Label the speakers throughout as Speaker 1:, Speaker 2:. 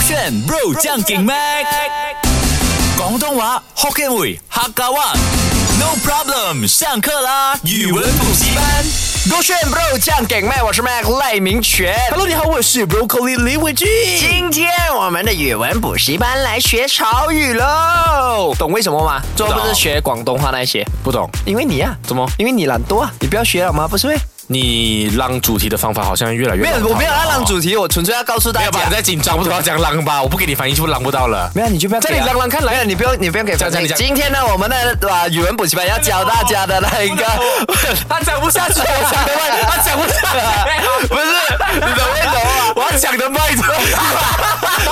Speaker 1: 选 Bro 将劲 Mac，广东话 Hokkien 语客家话。No problem，上课啦！语文补习班。
Speaker 2: 勾选 bro 酱给麦，我是 Mac 赖明全。
Speaker 3: Hello，你好，我是 Broccoli 李伟俊。
Speaker 2: 今天我们的语文补习班来学潮语喽，懂为什么吗？最后不是学广东话那一些，
Speaker 3: 不懂
Speaker 2: 因为你啊，
Speaker 3: 怎么？
Speaker 2: 因为你懒惰啊，你不要学了吗？不是咩？
Speaker 3: 你浪主题的方法好像越来越
Speaker 2: 没有，
Speaker 3: 老套
Speaker 2: 我没有要让主题，我纯粹要告诉
Speaker 3: 没
Speaker 2: 大
Speaker 3: 有吧？
Speaker 2: 家
Speaker 3: 你，在紧张，不知道讲浪吧？我不给你反应就浪不到了。
Speaker 2: 没有你就不要给啊，
Speaker 3: 这里浪浪看来
Speaker 2: 没有你不用，你不用给分
Speaker 3: 这样
Speaker 2: 数。
Speaker 3: 这样
Speaker 2: 今天呢，我们的啊语文补习班要教大家的那一个，
Speaker 3: 他讲不下去，我讲的慢，他讲不下去。
Speaker 2: 不是，你懂不懂啊？
Speaker 3: 我要讲的慢，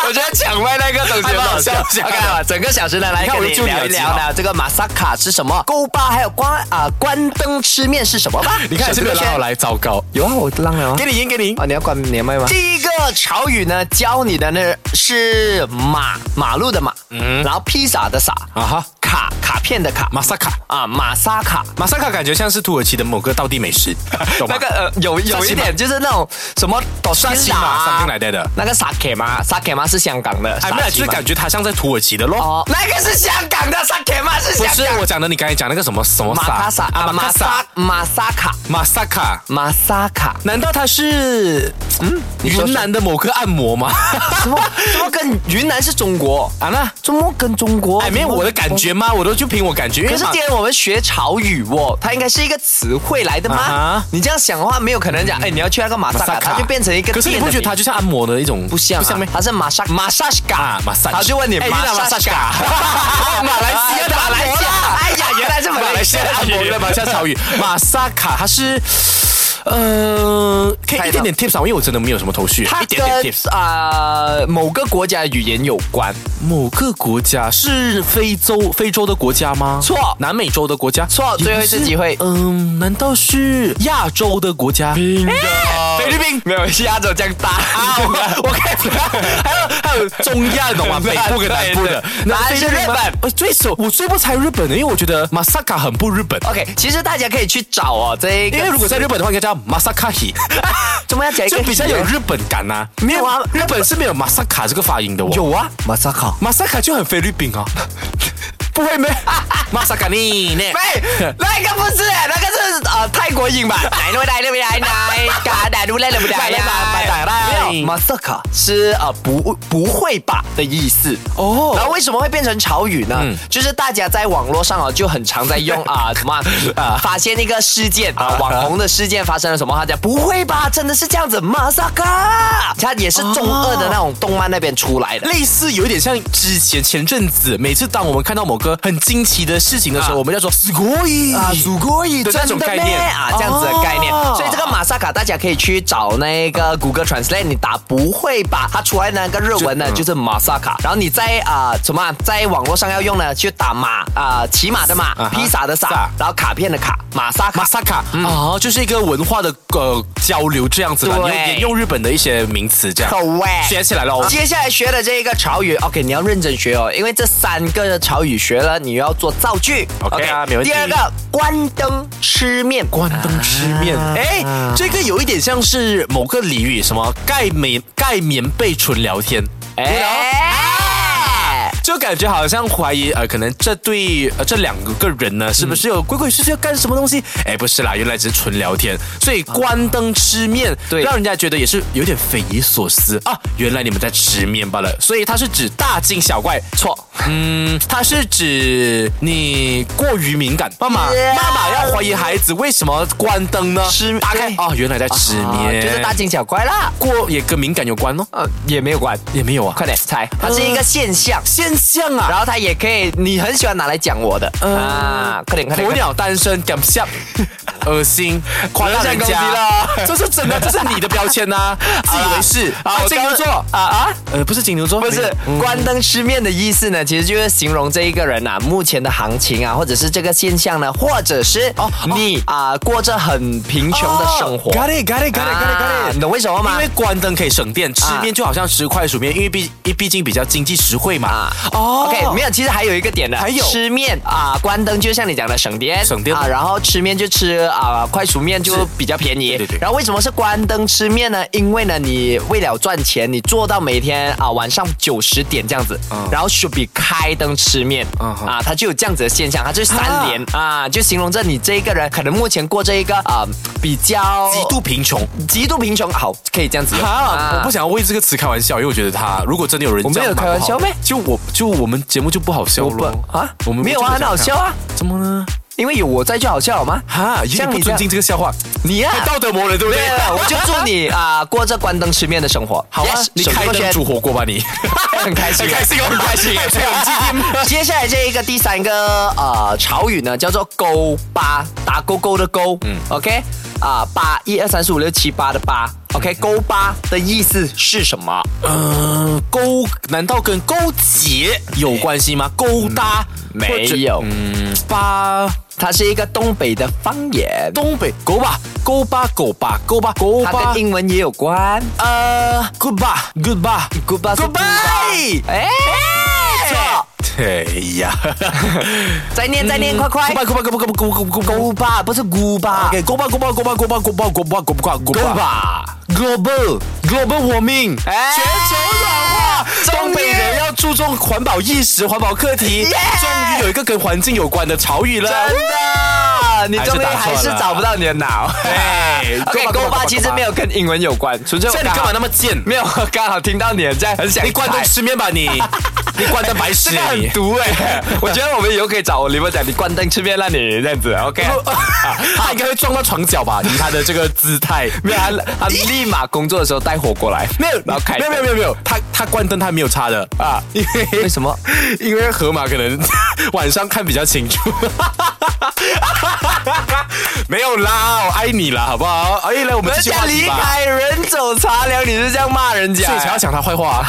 Speaker 2: 我觉得抢麦那个东西很好笑。
Speaker 3: 还蛮好笑的
Speaker 2: OK，好整个小时呢，来
Speaker 3: 你看
Speaker 2: 跟
Speaker 3: 我
Speaker 2: 你
Speaker 3: 就你
Speaker 2: 聊一
Speaker 3: 耳机
Speaker 2: 聊呢，这个马萨卡是什么？勾巴还有关啊、关灯吃面是什么吧？
Speaker 3: 你看是不是
Speaker 2: 小哥
Speaker 3: 拉
Speaker 2: 圈
Speaker 3: 我？来糟糕？
Speaker 2: 有啊，我浪了啊
Speaker 3: 给。你赢，给你赢。
Speaker 2: 哦，你要关你的麦吗？第一个潮语呢，教你的呢是马马路的马，嗯，然后披萨的萨，
Speaker 3: 啊哈，
Speaker 2: 卡卡片的卡，
Speaker 3: 马萨卡，
Speaker 2: 啊马萨卡。
Speaker 3: 马萨卡感觉像是土耳其的某个道地美 食，懂吗
Speaker 2: 那个？呃，有
Speaker 3: 沙
Speaker 2: 有
Speaker 3: 琪
Speaker 2: 一
Speaker 3: 玛
Speaker 2: 点就是那种什么多沙
Speaker 3: 琪玛，something like that 的
Speaker 2: 那个沙克玛，沙克玛是香港的，
Speaker 3: 哎，没有，
Speaker 2: 沙琪
Speaker 3: 就是
Speaker 2: 玛
Speaker 3: 感觉它像在土耳其的咯。
Speaker 2: 哦，那个是香港的萨克吗？是
Speaker 3: 不
Speaker 2: 香
Speaker 3: 是
Speaker 2: 港
Speaker 3: 我讲的，你刚才讲那个什么什么
Speaker 2: 马卡萨
Speaker 3: 啊，
Speaker 2: 啊，
Speaker 3: 马
Speaker 2: 马
Speaker 3: 卡
Speaker 2: 萨
Speaker 3: 萨，
Speaker 2: 马萨卡，
Speaker 3: 马萨卡。
Speaker 2: 马萨卡，
Speaker 3: 难道它是嗯
Speaker 2: 你说
Speaker 3: 云
Speaker 2: 是
Speaker 3: 南的某个按摩 吗？
Speaker 2: 什么什么跟云南是中国？
Speaker 3: 啊那，
Speaker 2: 怎么跟中国？
Speaker 3: 哎，没有我的感。觉吗？我都就凭我感觉，因为
Speaker 2: 可是
Speaker 3: 嘛
Speaker 2: 今天我们学潮语哦，它应该是一个词汇来的
Speaker 3: 啊
Speaker 2: 吗
Speaker 3: 哈？嗯
Speaker 2: 你这样想的话，没有可能讲，哎，你要去那个马萨卡，它就变成一个
Speaker 3: 可
Speaker 2: 店的名字。
Speaker 3: 是你不觉得它就像按摩的一种，
Speaker 2: 不像啊
Speaker 3: 不像咩？
Speaker 2: 它是马萨马萨卡
Speaker 3: 啊，massage
Speaker 2: 他就问你
Speaker 3: 哎
Speaker 2: 马
Speaker 3: 原来
Speaker 2: 萨
Speaker 3: massage
Speaker 2: 卡
Speaker 3: 卡，
Speaker 2: 马来西亚 的
Speaker 3: 马来西亚
Speaker 2: 哎呀，原来是 马
Speaker 3: 马
Speaker 2: 来
Speaker 3: 来
Speaker 2: 西
Speaker 3: 西
Speaker 2: 亚
Speaker 3: 亚
Speaker 2: 的
Speaker 3: 的
Speaker 2: 按
Speaker 3: 按
Speaker 2: 摩
Speaker 3: 摩
Speaker 2: 的
Speaker 3: 的
Speaker 2: 马
Speaker 3: 马
Speaker 2: 萨
Speaker 3: 下
Speaker 2: 卡
Speaker 3: 草。 语，马萨卡它是。呃，可以一点点 tips 啊，因为我真的没有什么头绪，
Speaker 2: 它
Speaker 3: 一点
Speaker 2: 跟
Speaker 3: 点 tips。
Speaker 2: 啊、呃、某个国家的语言有关，
Speaker 3: 某个国家是非洲非洲的国家吗？
Speaker 2: 错
Speaker 3: 南美洲的国家
Speaker 2: 错最后一次机会
Speaker 3: 也不是嗯，难道是亚洲的国家？呃
Speaker 2: 菲律宾没有亚洲这样大啊！我我看 还有还有
Speaker 3: 呃中亚你懂 吗？北部跟南部的，
Speaker 2: 答案是日
Speaker 3: 吗
Speaker 2: 本。
Speaker 3: 我最熟，我最不猜日本的，因为我觉得马萨卡很不日本。
Speaker 2: OK，其实大家可以去找哦，这个
Speaker 3: 因为如果在日本的话，应该叫马萨卡希，
Speaker 2: 怎么样讲一个
Speaker 3: 就比较有日本感呐、
Speaker 2: 哎没有啊
Speaker 3: 日本是没有马萨卡这个发音的哦。
Speaker 2: 有啊，马萨卡。
Speaker 3: 马萨卡就很菲律宾 啊，不会咩？马萨卡尼呢？
Speaker 2: 喂，那个不是，那个是呃泰国 音吧？来来来来来来，嘎达噜来来来来来，没有，马萨卡是呃不不会吧的意思
Speaker 3: 哦
Speaker 2: 然后为什么会变成潮语呢？就是大家在网络上啊就很常在用啊 什么啊，发现一个事件啊，网红的事件发生了什么，他讲不会吧，真的是这样子，马萨卡，它也是中二的那种动漫那边出来的。
Speaker 3: 类似有一点像之前前阵子，每次当我们看到某个很惊奇的事情的时候，
Speaker 2: 啊
Speaker 3: 我们要说すごい
Speaker 2: 啊，祖国语
Speaker 3: 的那嗯种概念
Speaker 2: 啊，这样子的概念。
Speaker 3: 哦
Speaker 2: 所以这个马萨卡，大家可以去找那个谷歌 Translate，你打不会吧？它出来那个日文呢，就是马萨卡。然后你在啊、什么啊在网络上要用呢，就打马啊、骑马的马，
Speaker 3: 哈
Speaker 2: 披萨的萨
Speaker 3: 萨，
Speaker 2: 然后卡片的卡，马萨卡嗯
Speaker 3: 马。萨卡啊，就是一个文化的呃交流这样子啦，
Speaker 2: 对
Speaker 3: 用也用日本的一些名词这样
Speaker 2: Correct
Speaker 3: 学起来了哦。
Speaker 2: 接下来学的这一个潮语，OK，你要认真学哦，因为这三个潮语学了，你要做造句。
Speaker 3: OK 啊没问题
Speaker 2: 第二个，关灯吃面。
Speaker 3: 关灯吃面，哎、这个有一点像是某个俚语，什么盖棉盖棉被纯聊天，哎、
Speaker 2: 哎
Speaker 3: 就感觉好像怀疑呃，可能这对呃这两个人呢，是不是有
Speaker 2: 嗯
Speaker 3: 鬼鬼祟祟要干什么东西？哎，不是啦，原来只是纯聊天，所以关灯吃面，
Speaker 2: 对
Speaker 3: 让人家觉得也是有点匪夷所思啊，原来你们在吃面罢了，所以它是指大惊小怪，错，嗯，它是指你过于敏感，妈妈
Speaker 2: 是啊
Speaker 3: 妈妈要怀疑孩子为什么关灯呢？
Speaker 2: 吃
Speaker 3: 打开
Speaker 2: 对
Speaker 3: 哦，原来在吃
Speaker 2: 啊
Speaker 3: 面，
Speaker 2: 就是大惊小怪啦。
Speaker 3: 过也跟敏感有关哦，
Speaker 2: 呃，也没有关，
Speaker 3: 也没有啊，
Speaker 2: 快点猜，它是一个现象，
Speaker 3: 现象啊，
Speaker 2: 然后它也可以，你很喜欢拿来讲我的、啊，快点快点，
Speaker 3: 鸵
Speaker 2: 快点
Speaker 3: 鸟单身，感 笑，恶心，夸大人
Speaker 2: 不
Speaker 3: 家
Speaker 2: 要这样攻击啦
Speaker 3: 这是真的，这是你的标签 呐，自以为是
Speaker 2: 啊
Speaker 3: 啊，
Speaker 2: 我
Speaker 3: 金牛座
Speaker 2: 啊啊。
Speaker 3: 呃，不是金牛座，
Speaker 2: 不是
Speaker 3: 没
Speaker 2: 关灯吃面的意思呢，其实就是形容这一个人啊，目前的行情啊，或者是这个现象呢，或者是
Speaker 3: 哦哦
Speaker 2: 你啊、过着很贫穷的生活。
Speaker 3: 哦 Got it, got it, got it, got
Speaker 2: 啊
Speaker 3: it,
Speaker 2: 你
Speaker 3: got
Speaker 2: 懂为什么
Speaker 3: it。
Speaker 2: 吗
Speaker 3: 因为？关灯可以省电，吃
Speaker 2: 啊
Speaker 3: 面就好像十块薯面，因为毕毕竟比较经济实惠嘛
Speaker 2: 啊。
Speaker 3: 哦
Speaker 2: OK，没有，其实还有一个点的，
Speaker 3: 还有
Speaker 2: 吃面啊，关灯就像你讲的省电，
Speaker 3: 省电
Speaker 2: 啊，然后吃面就吃啊、快熟面
Speaker 3: 是
Speaker 2: 就比较便宜。
Speaker 3: 对对对
Speaker 2: 然后为什么是关灯吃面呢？因为呢，你为了赚钱，你做到每天啊、晚上九十点这样子，
Speaker 3: 嗯
Speaker 2: 然后 should be 开灯吃面、
Speaker 3: 嗯哼
Speaker 2: 啊，它就有这样子的现象，它就是三连啊就形容着你这一个人可能目前过这一个啊、比较
Speaker 3: 极度贫穷。
Speaker 2: 极度贫穷，好，可以这样子用
Speaker 3: 啊！我不想要为这个词开玩笑，因为我觉得他如果真的有人
Speaker 2: 我
Speaker 3: 这
Speaker 2: 没
Speaker 3: 样
Speaker 2: 有
Speaker 3: 蛮不
Speaker 2: 开玩笑
Speaker 3: 好的
Speaker 2: 咩
Speaker 3: 就我就我们节目就不好笑
Speaker 2: 我不
Speaker 3: 了
Speaker 2: 啊，
Speaker 3: 我们
Speaker 2: 没有啊，
Speaker 3: 就不
Speaker 2: 很好笑，啊，
Speaker 3: 怎么呢？
Speaker 2: 因为有我在就好笑好吗？
Speaker 3: 哈，有点
Speaker 2: 像
Speaker 3: 不
Speaker 2: 你这
Speaker 3: 尊
Speaker 2: 样
Speaker 3: 敬这个笑话，
Speaker 2: 你啊呀、
Speaker 3: 太道德魔人对不
Speaker 2: 对
Speaker 3: 对？
Speaker 2: 了，我就祝你啊、过这关灯吃面的生活。
Speaker 3: 好啊
Speaker 2: Yes，，
Speaker 3: 你
Speaker 2: 手机
Speaker 3: 开
Speaker 2: 过
Speaker 3: 灯
Speaker 2: 圈
Speaker 3: 煮火锅吧你，
Speaker 2: 很 开心，
Speaker 3: 很 开心哦，很开心，很有经验。
Speaker 2: 接下来这一个第三个呃潮语呢，叫做勾八，打勾勾的勾，嗯，OK，啊、八一二三四五六七八的八，OK，勾
Speaker 3: 嗯
Speaker 2: 八的意思是什么？
Speaker 3: 呃，勾难道跟勾结有关系吗？勾搭
Speaker 2: 没有
Speaker 3: 或者嗯，八
Speaker 2: 它是一个东北的方言，
Speaker 3: 东北勾吧，勾吧，勾吧，勾吧，勾
Speaker 2: 它
Speaker 3: 吧
Speaker 2: 跟。英文也有关。
Speaker 3: 呃，goodbye，goodbye。
Speaker 2: Goodbye，是
Speaker 3: Goodbye
Speaker 2: 哎，错，
Speaker 3: 哎呀，
Speaker 2: 再念再
Speaker 3: 嗯
Speaker 2: 念，快快
Speaker 3: 勾吧，勾吧，勾吧，勾吧，勾吧，勾吧。
Speaker 2: 勾八不是咕吧
Speaker 3: OK，勾吧，勾吧，勾吧，勾吧，勾吧，勾吧，勾吧，勾吧，
Speaker 2: 勾吧
Speaker 3: Global Global warming，
Speaker 2: 哎
Speaker 3: 全球暖化，
Speaker 2: 终
Speaker 3: 东
Speaker 2: 于
Speaker 3: 北人要注重环保意识、环保课题，
Speaker 2: Yeah
Speaker 3: 终于有一个跟环境有关的潮语了。
Speaker 2: 真的，你终于还是找不到你的 脑。
Speaker 3: 哎
Speaker 2: OK，勾八其实没有跟英文有关，纯粹我
Speaker 3: 这你
Speaker 2: 刚
Speaker 3: 干
Speaker 2: 好
Speaker 3: 嘛那么贱？
Speaker 2: 没有，我刚好听到你在很想
Speaker 3: 你关灯
Speaker 2: 踩
Speaker 3: 吃面吧你， 你关灯白
Speaker 2: 这
Speaker 3: 痴
Speaker 2: 个
Speaker 3: 啊
Speaker 2: 很
Speaker 3: 你。
Speaker 2: 毒哎、 我觉得我们以后可以找我李博讲，你关灯吃面让你这样子，OK？
Speaker 3: 他应该会撞到床角吧？以他的这个姿态，
Speaker 2: 没有，他他立马工作的时候带火过来，
Speaker 3: 没有，
Speaker 2: 然后开
Speaker 3: 没有没有没有没有，他他关灯他没有插的啊，因为
Speaker 2: 为什么？
Speaker 3: 因为河马可能晚上看比较清楚。 没有啦，我爱你啦，好不好？哎，来我们
Speaker 2: 人
Speaker 3: 继续
Speaker 2: 家
Speaker 3: 话题
Speaker 2: 离
Speaker 3: 吧。
Speaker 2: 开人走茶凉，你是这样骂人家、
Speaker 3: 所以才要讲他坏话 啊！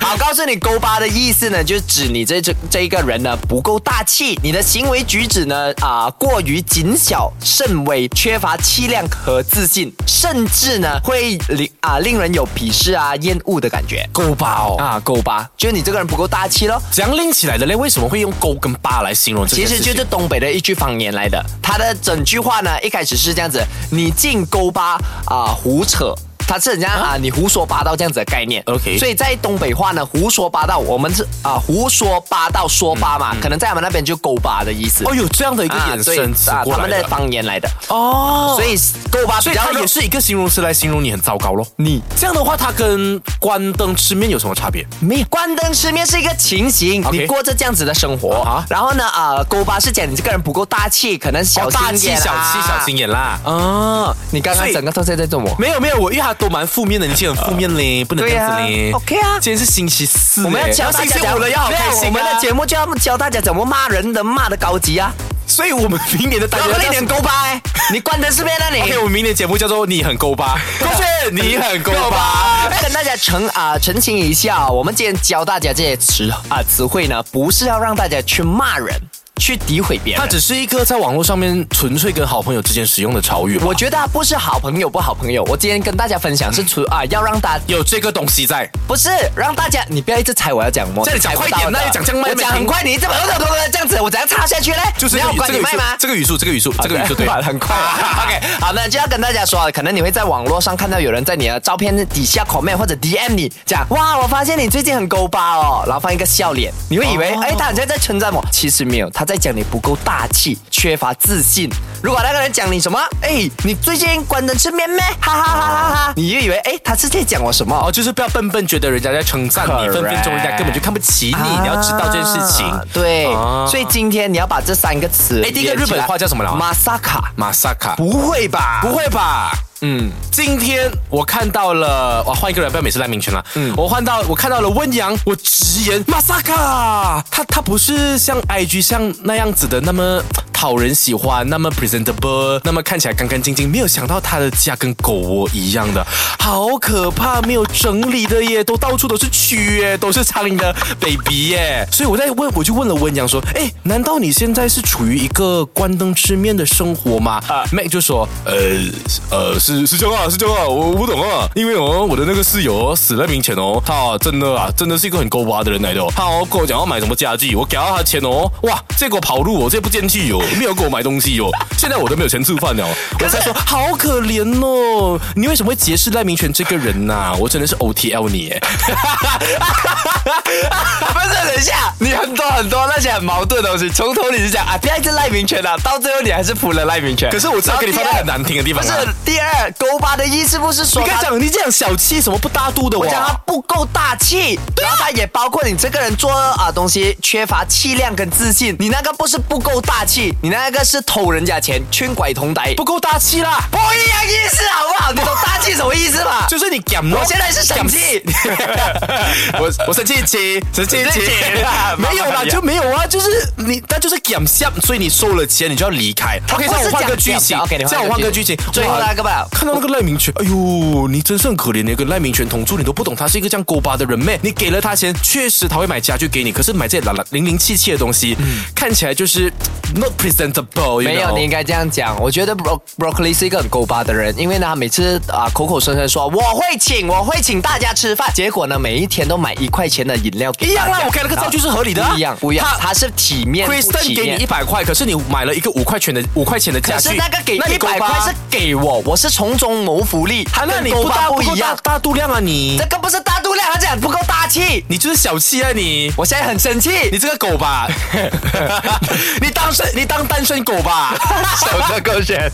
Speaker 2: 好，好，告诉你，勾八的意思呢，就是指你这这这一个人呢不够大气，你的行为举止呢啊、过于谨小慎微，缺乏气量和自信，甚至呢会令啊、令人有鄙视啊厌恶的感觉。
Speaker 3: 勾八哦，
Speaker 2: 啊，勾八，就你这个人不够大气咯。
Speaker 3: 这样拎起来的嘞，为什么会用勾跟八来形容这
Speaker 2: 其
Speaker 3: 件事
Speaker 2: 实
Speaker 3: 情？
Speaker 2: 就是东北的一句方言来的。它的整句话呢，一开始是这样子：你尽勾八啊、胡扯。它是很像啊，你胡说八道这样子的概念。
Speaker 3: OK
Speaker 2: 所以在东北话呢，胡说八道，我们是啊、胡说八道说八嘛，可能在我们那边就勾八的意思。
Speaker 3: 哦，有这样的一个衍
Speaker 2: 所以
Speaker 3: 生词
Speaker 2: 啊，
Speaker 3: 过来
Speaker 2: 他们
Speaker 3: 的
Speaker 2: 的方言来的，
Speaker 3: 哦，
Speaker 2: 所以勾八
Speaker 3: 所以
Speaker 2: 比较
Speaker 3: 它也是一个形容词来形容你很糟糕咯。
Speaker 2: 你
Speaker 3: 这样的话，它跟关灯吃面有什么差别？
Speaker 2: 没有关灯吃面是一个情形
Speaker 3: OK
Speaker 2: 你过着这样子的生活
Speaker 3: 啊
Speaker 2: 然后呢啊、勾八是讲你这个人不够大气，可能小
Speaker 3: 哦
Speaker 2: 心
Speaker 3: 大
Speaker 2: 一
Speaker 3: 气、
Speaker 2: 点、啊
Speaker 3: 小气、小心眼啦。
Speaker 2: 啊！你刚刚
Speaker 3: 所以
Speaker 2: 整个都在在做我。
Speaker 3: 没有没有，我因为它都蛮负面的，你今天很负面嘞，不能这样子嘞。
Speaker 2: 呃对啊，OK 啊
Speaker 3: 今天是星期四嘞，
Speaker 2: 我们要教
Speaker 3: 然后
Speaker 2: 大
Speaker 3: 星
Speaker 2: 家
Speaker 3: 期
Speaker 2: 讲
Speaker 3: 五了，要好
Speaker 2: 没有
Speaker 3: 开心啊。
Speaker 2: 我们的节目就要教大家怎么骂人的，骂的高级啊！
Speaker 3: 所以我们明年的单
Speaker 2: 然
Speaker 3: 元
Speaker 2: 后
Speaker 3: 要
Speaker 2: 那点勾巴 欸，你关灯是不是那你
Speaker 3: OK，？我们明哎年节目叫做“你很勾吧”，不是你很勾 吧。
Speaker 2: 跟大家澄啊、澄清一下啊，我们今天教大家这些词啊、词汇呢，不是要让大家去骂人、去诋毁别
Speaker 3: 它
Speaker 2: 人。
Speaker 3: 只是一个在网络上面纯粹跟好朋友之间使用的潮语吧，
Speaker 2: 我觉得啊不是好朋友不好朋友，我今天跟大家分享是除啊、要让大
Speaker 3: 有这个东西在。
Speaker 2: 不是让大家你不要一直猜我要讲什么，
Speaker 3: 这里讲
Speaker 2: 猜不
Speaker 3: 快点
Speaker 2: 到的
Speaker 3: 那你讲这样慢
Speaker 2: 我讲很快，你这么这样子，我怎样插下去嘞？
Speaker 3: 就是
Speaker 2: 你要我关
Speaker 3: 这个
Speaker 2: 你
Speaker 3: 语
Speaker 2: 麦
Speaker 3: 速
Speaker 2: 吗，？
Speaker 3: 这个语速，这个语速，这个语速 对，
Speaker 2: 啊很快。OK，好，那就要跟大家说，啊可能你会在网络上看到有人在你的照片底下 comment 或者 DM 你，讲哇，我发现你最近很勾巴哦，然后放一个笑脸，你会以为
Speaker 3: 哦
Speaker 2: 哎、他好像在称赞我，其实没有，他在讲你不够大气，缺乏自信。如果那个人讲你什么，哎，你最近关灯吃面咩？哈哈哈哈 哈，你就以为哎，他是在讲我什么？
Speaker 3: 哦，就是不要笨笨觉得人家在称赞你，
Speaker 2: Correct
Speaker 3: 分分钟人家根本就看不起你，
Speaker 2: 啊
Speaker 3: 你要知道这件事情。
Speaker 2: 对，
Speaker 3: 啊
Speaker 2: 所以今天你要把这三个词连
Speaker 3: 哎
Speaker 2: 起
Speaker 3: 第
Speaker 2: 来，
Speaker 3: 一个日本话叫什么了
Speaker 2: 马萨卡，
Speaker 3: 马萨卡，
Speaker 2: 不会吧？
Speaker 3: 不会吧？嗯，今天我看到了，哇，换一个人，不要每次赖明权了。嗯，我换到我看到了温阳，我直言马萨卡，他他不是像 IG 像那样子的那么讨人喜欢，那么 presentable，那么看起来干干净净。没有想到他的家跟狗窝一样的，好可怕，没有整理的耶，都到处都是蛆耶，都是苍蝇的 baby 耶。所以我在问，我就问了温阳说，哎，难道你现在是处于一个关灯吃面的生活吗？啊，Mac 就说，呃呃，是是这样啊，是这样啊，我我不懂啊，因为哦，我的那个室友哦死在明前哦，他哦真的啊，真的是一个很勾巴的人来的哦，他哦跟我讲要买什么家具，我给到他钱哦，哇，结果跑路哦，这不见去哦，没有给我买东西哦，现在我都没有钱吃饭了，我才说好可怜哦，你为什么会结识赖明权这个人呐、我真的是 O T L 你耶，
Speaker 2: 不是，等一下，你很多很多那些很矛盾的东西，从头你是讲啊，不要一直赖明权啊，到最后你还是扑了赖明权。
Speaker 3: 可是我知道给你放在很难听的地
Speaker 2: 不
Speaker 3: 方、
Speaker 2: 是
Speaker 3: 啊。
Speaker 2: 第二，狗巴的意思不是说
Speaker 3: 你刚
Speaker 2: 他
Speaker 3: 才讲啊你这样小气，什么不大度的
Speaker 2: 我
Speaker 3: 哇？
Speaker 2: 讲他不够大气，
Speaker 3: 啊
Speaker 2: 然后他也包括你这个人做啊东西缺乏气量跟自信，你那个不是不够大气，你那个是偷人家钱、圈拐同歹，
Speaker 3: 不够大气啦，
Speaker 2: 不一样意思好不好？你懂大气什么意思吗？
Speaker 3: 就是你讲咯
Speaker 2: 我现在是生气，
Speaker 3: 我我生气气，生气
Speaker 2: 生
Speaker 3: 气
Speaker 2: 气气，
Speaker 3: 没有
Speaker 2: 麻
Speaker 3: 啦，
Speaker 2: 烦你啊
Speaker 3: 就没有啊，就是你，他就是讲下，所以你收了钱，你就要离开。
Speaker 2: 他
Speaker 3: OK，
Speaker 2: 哦不
Speaker 3: 这
Speaker 2: 是
Speaker 3: 样我换
Speaker 2: 讲
Speaker 3: 个剧情
Speaker 2: OK，你换
Speaker 3: 这
Speaker 2: 个
Speaker 3: 样我换个剧情
Speaker 2: 剧情，最后那个吧
Speaker 3: 哇看到那个赖明权，哎呦，你真是很可怜的，跟赖明权同住，你都不懂他是一个这样勾巴的人咩？你给了他钱，确实他会买家具给你，可是买这些懒懒零零七七的东西，看起来就是 not presentable，
Speaker 2: 嗯没有，你应该这样讲。我觉得 Bro Broccoli 是一个很勾巴的人，因为呢，他每次啊、口口声声说我会请，我会请大家吃饭，结果呢，每一天都买一块钱的饮料给
Speaker 3: 一样
Speaker 2: 大
Speaker 3: 啦，
Speaker 2: 家
Speaker 3: 我开了个照
Speaker 2: 然后
Speaker 3: 就是合理的啊，
Speaker 2: 不一样，不一样，
Speaker 3: 他
Speaker 2: 他是体面不
Speaker 3: Kristen
Speaker 2: 体
Speaker 3: 给
Speaker 2: 面
Speaker 3: 你一。百块，可是你买了一个五块钱的五块钱的家
Speaker 2: 可
Speaker 3: 具，
Speaker 2: 是那个给
Speaker 3: 那你
Speaker 2: 一百
Speaker 3: 够吧
Speaker 2: 块是给我，我是从中谋福利，他
Speaker 3: 啊，那
Speaker 2: 跟
Speaker 3: 你
Speaker 2: 勾
Speaker 3: 不
Speaker 2: 巴
Speaker 3: 大
Speaker 2: 不
Speaker 3: 不
Speaker 2: 一
Speaker 3: 一样
Speaker 2: 样，，
Speaker 3: 大度量啊你
Speaker 2: 这，个不是大度量，他讲不够大气。
Speaker 3: 你就是小气啊你，
Speaker 2: 我现在很生
Speaker 3: 你
Speaker 2: 气，
Speaker 3: 这个 狗吧，你当身你当单身狗吧，
Speaker 2: 手着狗血。